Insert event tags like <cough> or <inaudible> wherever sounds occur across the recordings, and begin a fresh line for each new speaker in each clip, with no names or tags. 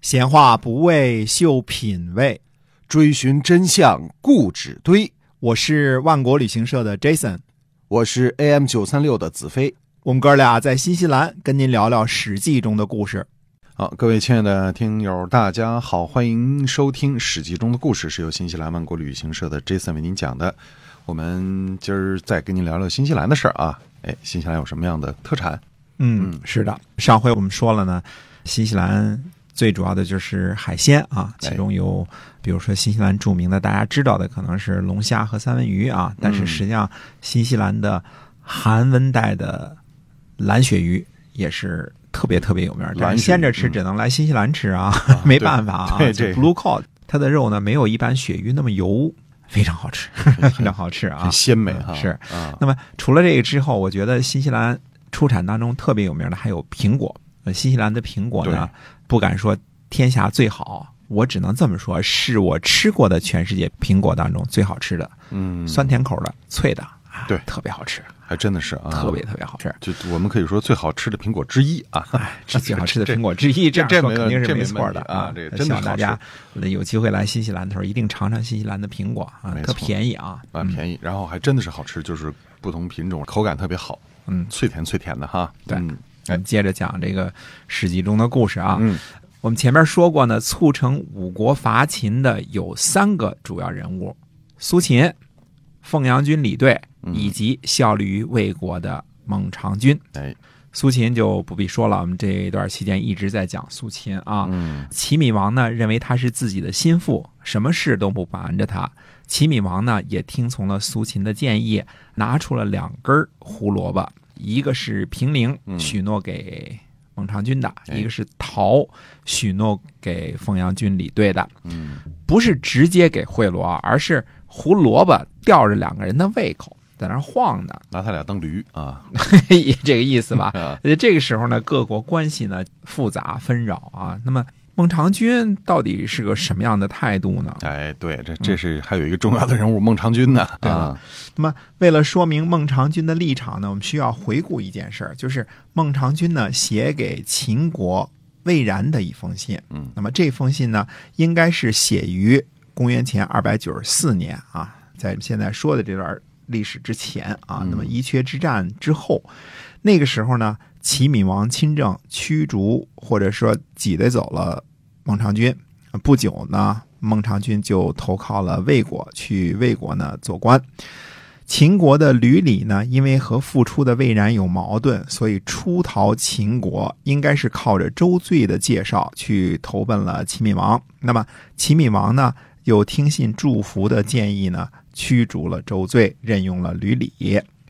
闲话不为秀品味，
追寻真相固执堆。
我是万国旅行社的 Jason，
我是 AM 九三六的子飞。
我们哥俩在新西兰跟您聊聊《史记》中的故事。
好，各位亲爱的听友，大家好，欢迎收听《史记》中的故事，是由新西兰万国旅行社的 Jason 为您讲的。我们今儿再跟您聊聊新西兰的事儿啊。哎，新西兰有什么样的特 <laughs> 产？
嗯，是的，上回我们说了呢，新西兰最主要的就是海鲜啊，
哎
其中有比如说新西兰著名的大家知道的可能是龙虾和三文鱼啊，
嗯
但是实际上新西兰的韩温带的蓝鳕鱼也是特别特别有名儿，但
蓝
是
鳕鱼
鲜着吃
嗯
只能来新西兰吃啊，没办法啊，
对
这
对
blue cod 它的肉呢没有一般鳕鱼那么油，非常好
<laughs>
吃，非常好吃啊
很，鲜美
嗯
哈、
是
啊，
那么除了这个之后，我觉得新西兰出产当中特别有名的还有苹果。呃，新西兰的苹果呢，不敢说天下最好，我只能这么说，是我吃过的全世界苹果当中最好吃的，
嗯，
酸甜口的，脆的，啊
对
特别好吃，
还真的是啊，
特别特别好吃。
就我们可以说最好吃的苹果之一 <laughs> 啊。
哎，这最好吃的
这
苹果之一，
这
样说
这没
肯定是
这没
错的
问题啊这真的
希望
好
大
吃
家呃有机会来新西兰的时候，一定尝尝新西兰的苹果啊
没，
特
错
便宜啊。
啊，便宜，然后还真的是好吃，就是不同品种，口感特别好，
嗯，
脆甜脆甜的哈。
对
嗯
我们接着讲这个史记中的故事啊。
嗯，
我们前面说过呢，促成五国伐秦的有三个主要人物：苏秦、凤阳军李队
嗯
以及效力于魏国的孟尝君。
哎，
苏秦就不必说了，我们这一段期间一直在讲苏秦啊。
嗯
齐闵王呢认为他是自己的心腹，什么事都不瞒着他。齐闵王呢也听从了苏秦的建议，拿出了两根儿胡萝卜，一个是平陵
嗯
许诺给孟尝君的，
哎
一个是陶许诺给凤阳军李队的，
嗯，
不是直接给贿赂啊，而是胡萝卜吊着两个人的胃口，在那儿晃呢， <laughs>
拿他俩当驴啊，
也这个意思吧？
啊
呃，这个时候呢，各国关系呢复杂纷扰啊。那么孟尝君到底是个什么样的态度呢？
哎，对，这这是还有一个重要的人物孟尝君呢，
嗯对吧
啊，
那么为了说明孟尝君的立场呢，我们需要回顾一件事儿，就是孟尝君呢写给秦国魏然的一封信。
嗯，
那么这封信呢，应该是写于公元前二百九十四年啊，在现在说的这段历史之前啊，
嗯
那么伊阙之战之后，那个时候呢，齐闵王亲政驱逐或者说挤兑走了孟尝君，不久呢，孟尝君就投靠了魏国，去魏国呢做官。秦国的吕礼呢，因为和复出的魏然有矛盾，所以出逃秦国，应该是靠着周罪的介绍去投奔了齐闵王。那么齐闵王呢，又听信祝福的建议呢，驱逐了周罪，任用了吕礼。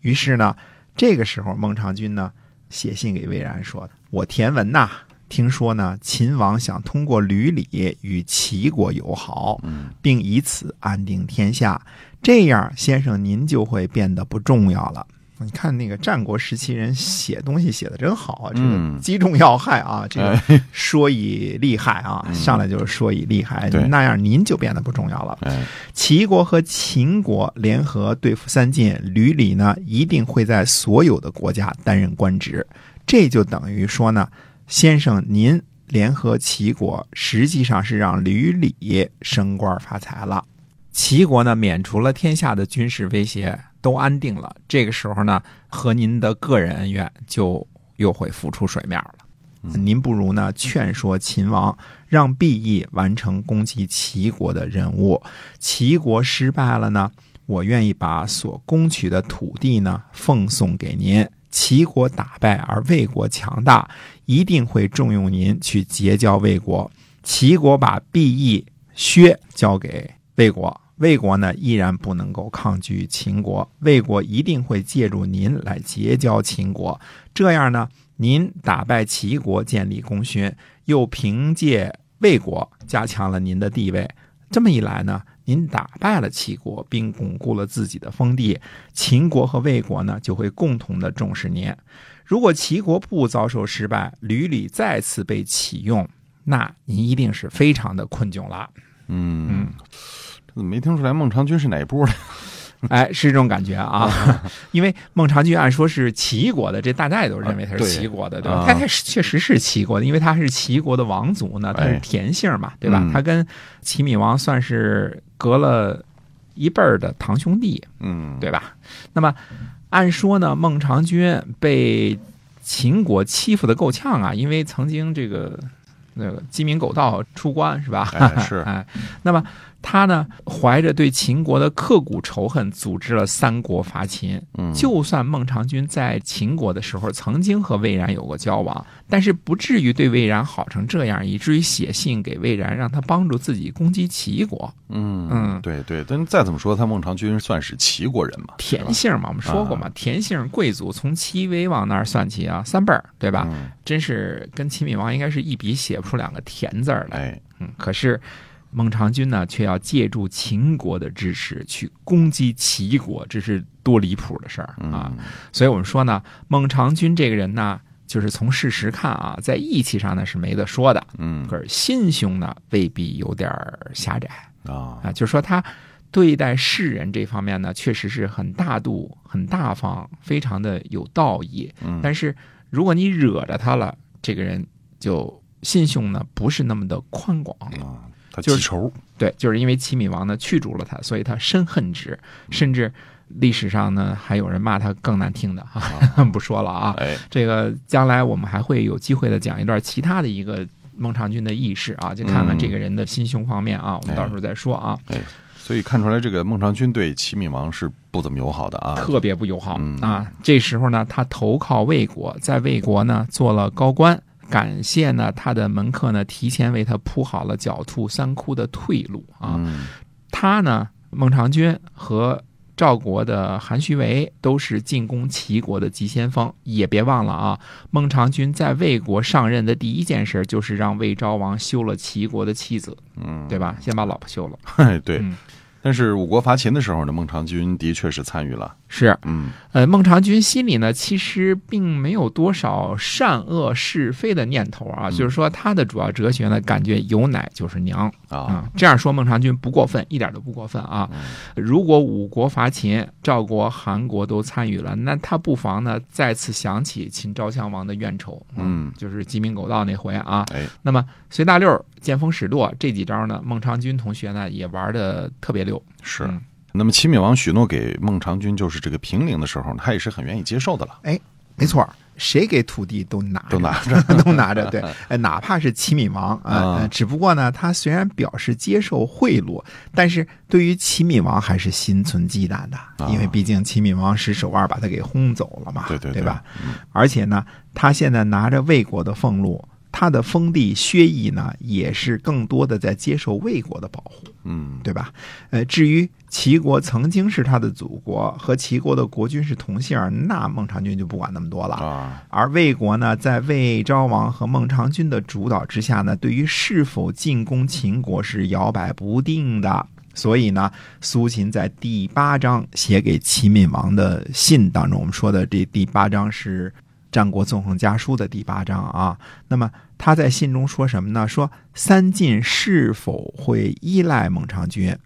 于是呢，这个时候孟尝君呢，写信给魏然说：“我田文呐、听说呢，秦王想通过吕礼与齐国友好，
嗯
并以此安定天下。这样，先生您就会变得不重要了。你看那个战国时期人写东西写的真好啊，这个
嗯哎
击中要害啊，这个说以利害啊，上来就是说以利害，
对
那样您就变得不重要了。
哎，
齐国和秦国联合对付三晋，吕礼呢一定会在所有的国家担任官职。这就等于说呢，先生您联合齐国，实际上是让吕礼升官发财了。齐国呢免除了天下的军事威胁，都安定了。这个时候呢，和您的个人恩怨就又会浮出水面了。您不如呢劝说秦王，让毕义完成攻击齐国的任务。齐国失败了呢，我愿意把所攻取的土地呢奉送给您。齐国打败而魏国强大，一定会重用您去结交魏国。齐国把毕义、薛交给魏国，魏国呢依然不能够抗拒秦国，魏国一定会借助您来结交秦国。这样呢，您打败齐国，建立功勋，又凭借魏国加强了您的地位。这么一来呢，您打败了齐国，并巩固了自己的封地，秦国和魏国呢就会共同的重视您。如果齐国不遭受失败，吕礼再次被启用，那您一定是非常的困窘了。 <laughs>
嗯，没听出来孟尝君是哪一波的，
哎，是这种感觉
<laughs>
啊。因为孟尝君按说是齐国的，这大家也都认为他是
啊对
齐国的，对吧
啊？
他他是确实是齐国的，因为他是齐国的王族呢，他
哎
是田姓嘛，对吧
嗯？
他跟齐闵王算是隔了一辈儿的堂兄弟，
嗯，
对吧？那么按说呢，孟尝君被秦国欺负的够呛啊，因为曾经这个那个鸡鸣狗盗出关是吧？
哎是
<laughs> 哎，那么他呢，怀着对秦国的刻骨仇恨，组织了三国伐秦。
嗯，
就算孟尝君在秦国的时候曾经和魏然有过交往，但是不至于对魏然好成这样，以至于写信给魏然，让他帮助自己攻击齐国。
嗯
嗯
对对，但再怎么说，他孟尝君算是齐国人嘛，是吧啊
田姓嘛，我们说过嘛，田姓贵族从戚威往那儿算起啊，三辈儿，对吧？
嗯
真是跟秦闵王应该是一笔写不出两个田字儿来。
哎，
嗯，可是孟尝君呢，却要借助秦国的支持去攻击齐国，这是多离谱的事儿
嗯
啊！，所以我们说呢，孟尝君这个人呢，就是从事实看啊，在义气上呢是没得说的，
嗯
可是心胸呢未必有点儿狭窄。
啊，
啊，就是说他对待世人这方面呢，确实是很大度、很大方，非常的有道义。
嗯
但是如果你惹着他了，这个人就心胸呢不是那么的宽广。
啊，他
就
记
是
仇，
对，就是因为齐闵王呢驱逐了他，所以他深恨之，甚至历史上呢还有人骂他更难听的哈、 <laughs> 不说了啊。
哎，
这个将来我们还会有机会的讲一段其他的一个孟尝君的轶事啊，就看看这个人的心胸方面啊，我们到时候再说啊。
所以看出来这个孟尝君对齐闵王是不怎么友好的啊，
特别不友好、
嗯
啊。这时候呢，他投靠魏国，在魏国呢做了高官，感谢呢他的门客呢提前为他铺好了狡兔三窟的退路啊。
嗯
他呢，孟尝君和赵国的韩须为都是进攻齐国的急先锋，也别忘了啊，孟尝君在魏国上任的第一件事就是让魏昭王休了齐国的妻子，
嗯，
对吧？先把老婆休了，
嗨， <laughs> 对
嗯。
但是五国伐秦的时候呢，孟尝君的确是参与了，
是
嗯
呃，孟尝君心里呢，其实并没有多少善恶是非的念头
嗯
啊，就是说他的主要哲学呢，感觉有奶就是娘
啊，嗯
啊，这样说孟尝君不过分，一点都不过分啊。如果五国伐秦，赵国、韩国都参与了，那他不妨呢再次想起秦昭襄王的怨仇，啊
嗯，
就是鸡鸣狗盗那回啊。
哎，
那么随大溜儿、见风使舵这几招呢，孟尝君同学呢也玩的特别溜，
是
嗯。
那么齐闵王许诺给孟尝君就是这个平陵的时候呢，他也是很愿意接受的了，
没错儿，谁给土地都拿着
都拿着，
<laughs> 都拿着，对，呃，哪怕是齐闵王啊、
啊
呃只不过呢，他虽然表示接受贿赂，但是对于齐闵王还是心存忌惮的，因为毕竟齐闵王使手腕把他给轰走了嘛，
啊对对对
啊吧？而且呢，他现在拿着魏国的俸禄，他的封地薛邑呢，也是更多的在接受魏国的保护。
嗯
对吧？呃，至于齐国曾经是他的祖国，和齐国的国君是同姓儿，那孟尝君就不管那么多了。
啊，
而魏国呢，在魏昭王和孟尝君的主导之下呢，对于是否进攻秦国是摇摆不定的。所以呢，苏秦在第八章写给齐闵王的信当中，我们说的这第八章是《战国纵横家书》的第八章啊。那么他在信中说什么呢？说三晋是否会依赖孟尝君，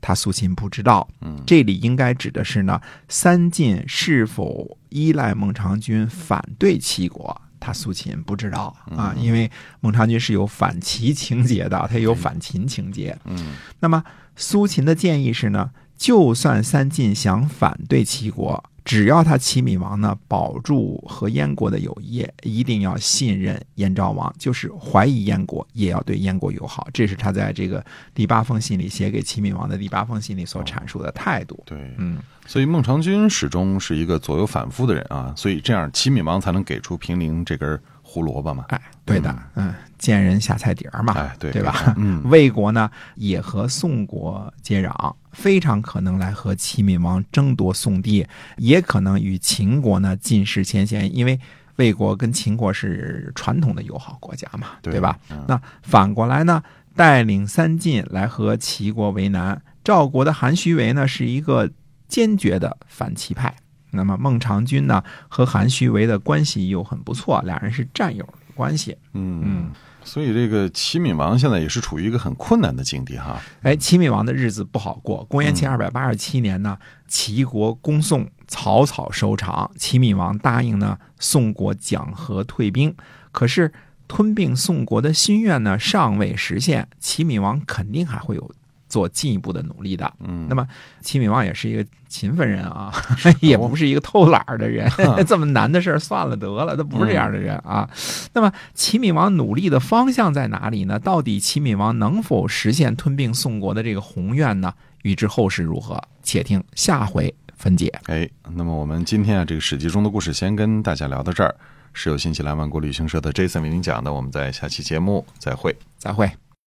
他苏秦不知道。
嗯
这里应该指的是呢，三晋是否依赖孟尝君反对齐国？他苏秦不知道啊，因为孟尝君是有反齐情节的，他有反秦情节。
嗯
那么苏秦的建议是呢，就算三晋想反对齐国，只要他齐闵王呢保住和燕国的友谊，一定要信任燕昭王，就是怀疑燕国，也要对燕国友好。这是他在这个第八封信里写给齐闵王的第八封信里所阐述的态度。
对，
嗯，
所以孟尝君始终是一个左右反复的人啊，所以这样齐闵王才能给出平陵这根胡萝卜嘛。
哎，对的，嗯，见人下菜碟儿嘛，
哎，对
啊对吧？
嗯
魏国呢也和宋国接壤，非常可能来和齐闵王争夺宋地，也可能与秦国呢尽释前嫌，因为魏国跟秦国是传统的友好国家嘛，
对
对吧？
嗯
那反过来呢，带领三晋来和齐国为难，赵国的韩须为呢是一个坚决的反齐派。那么孟尝君呢和韩须为的关系又很不错，俩人是战友关系。
嗯
嗯，
所以这个齐闵王现在也是处于一个很困难的境地哈。
哎，齐闵王的日子不好过。公元前二百八十七年呢，齐国攻宋，草草收场。齐闵王答应呢，宋国讲和退兵，可是吞并宋国的心愿呢，尚未实现。齐闵王肯定还会有做进一步的努力的。
嗯，
那么齐闵王也是一个勤奋人啊，也不是一个偷懒儿的人。 <laughs> 这么难的事儿算了得了，他不是这样的人啊。那么齐闵王努力的方向在哪里呢？到底齐闵王能否实现吞并宋国的这个宏愿呢？欲知后事如何，且听下回分解。
哎，那么我们今天啊，这个《史记》中的故事先跟大家聊到这儿，是由新西兰万国旅行社的 Jason 为您讲的，我们在下期节目再会。
再会。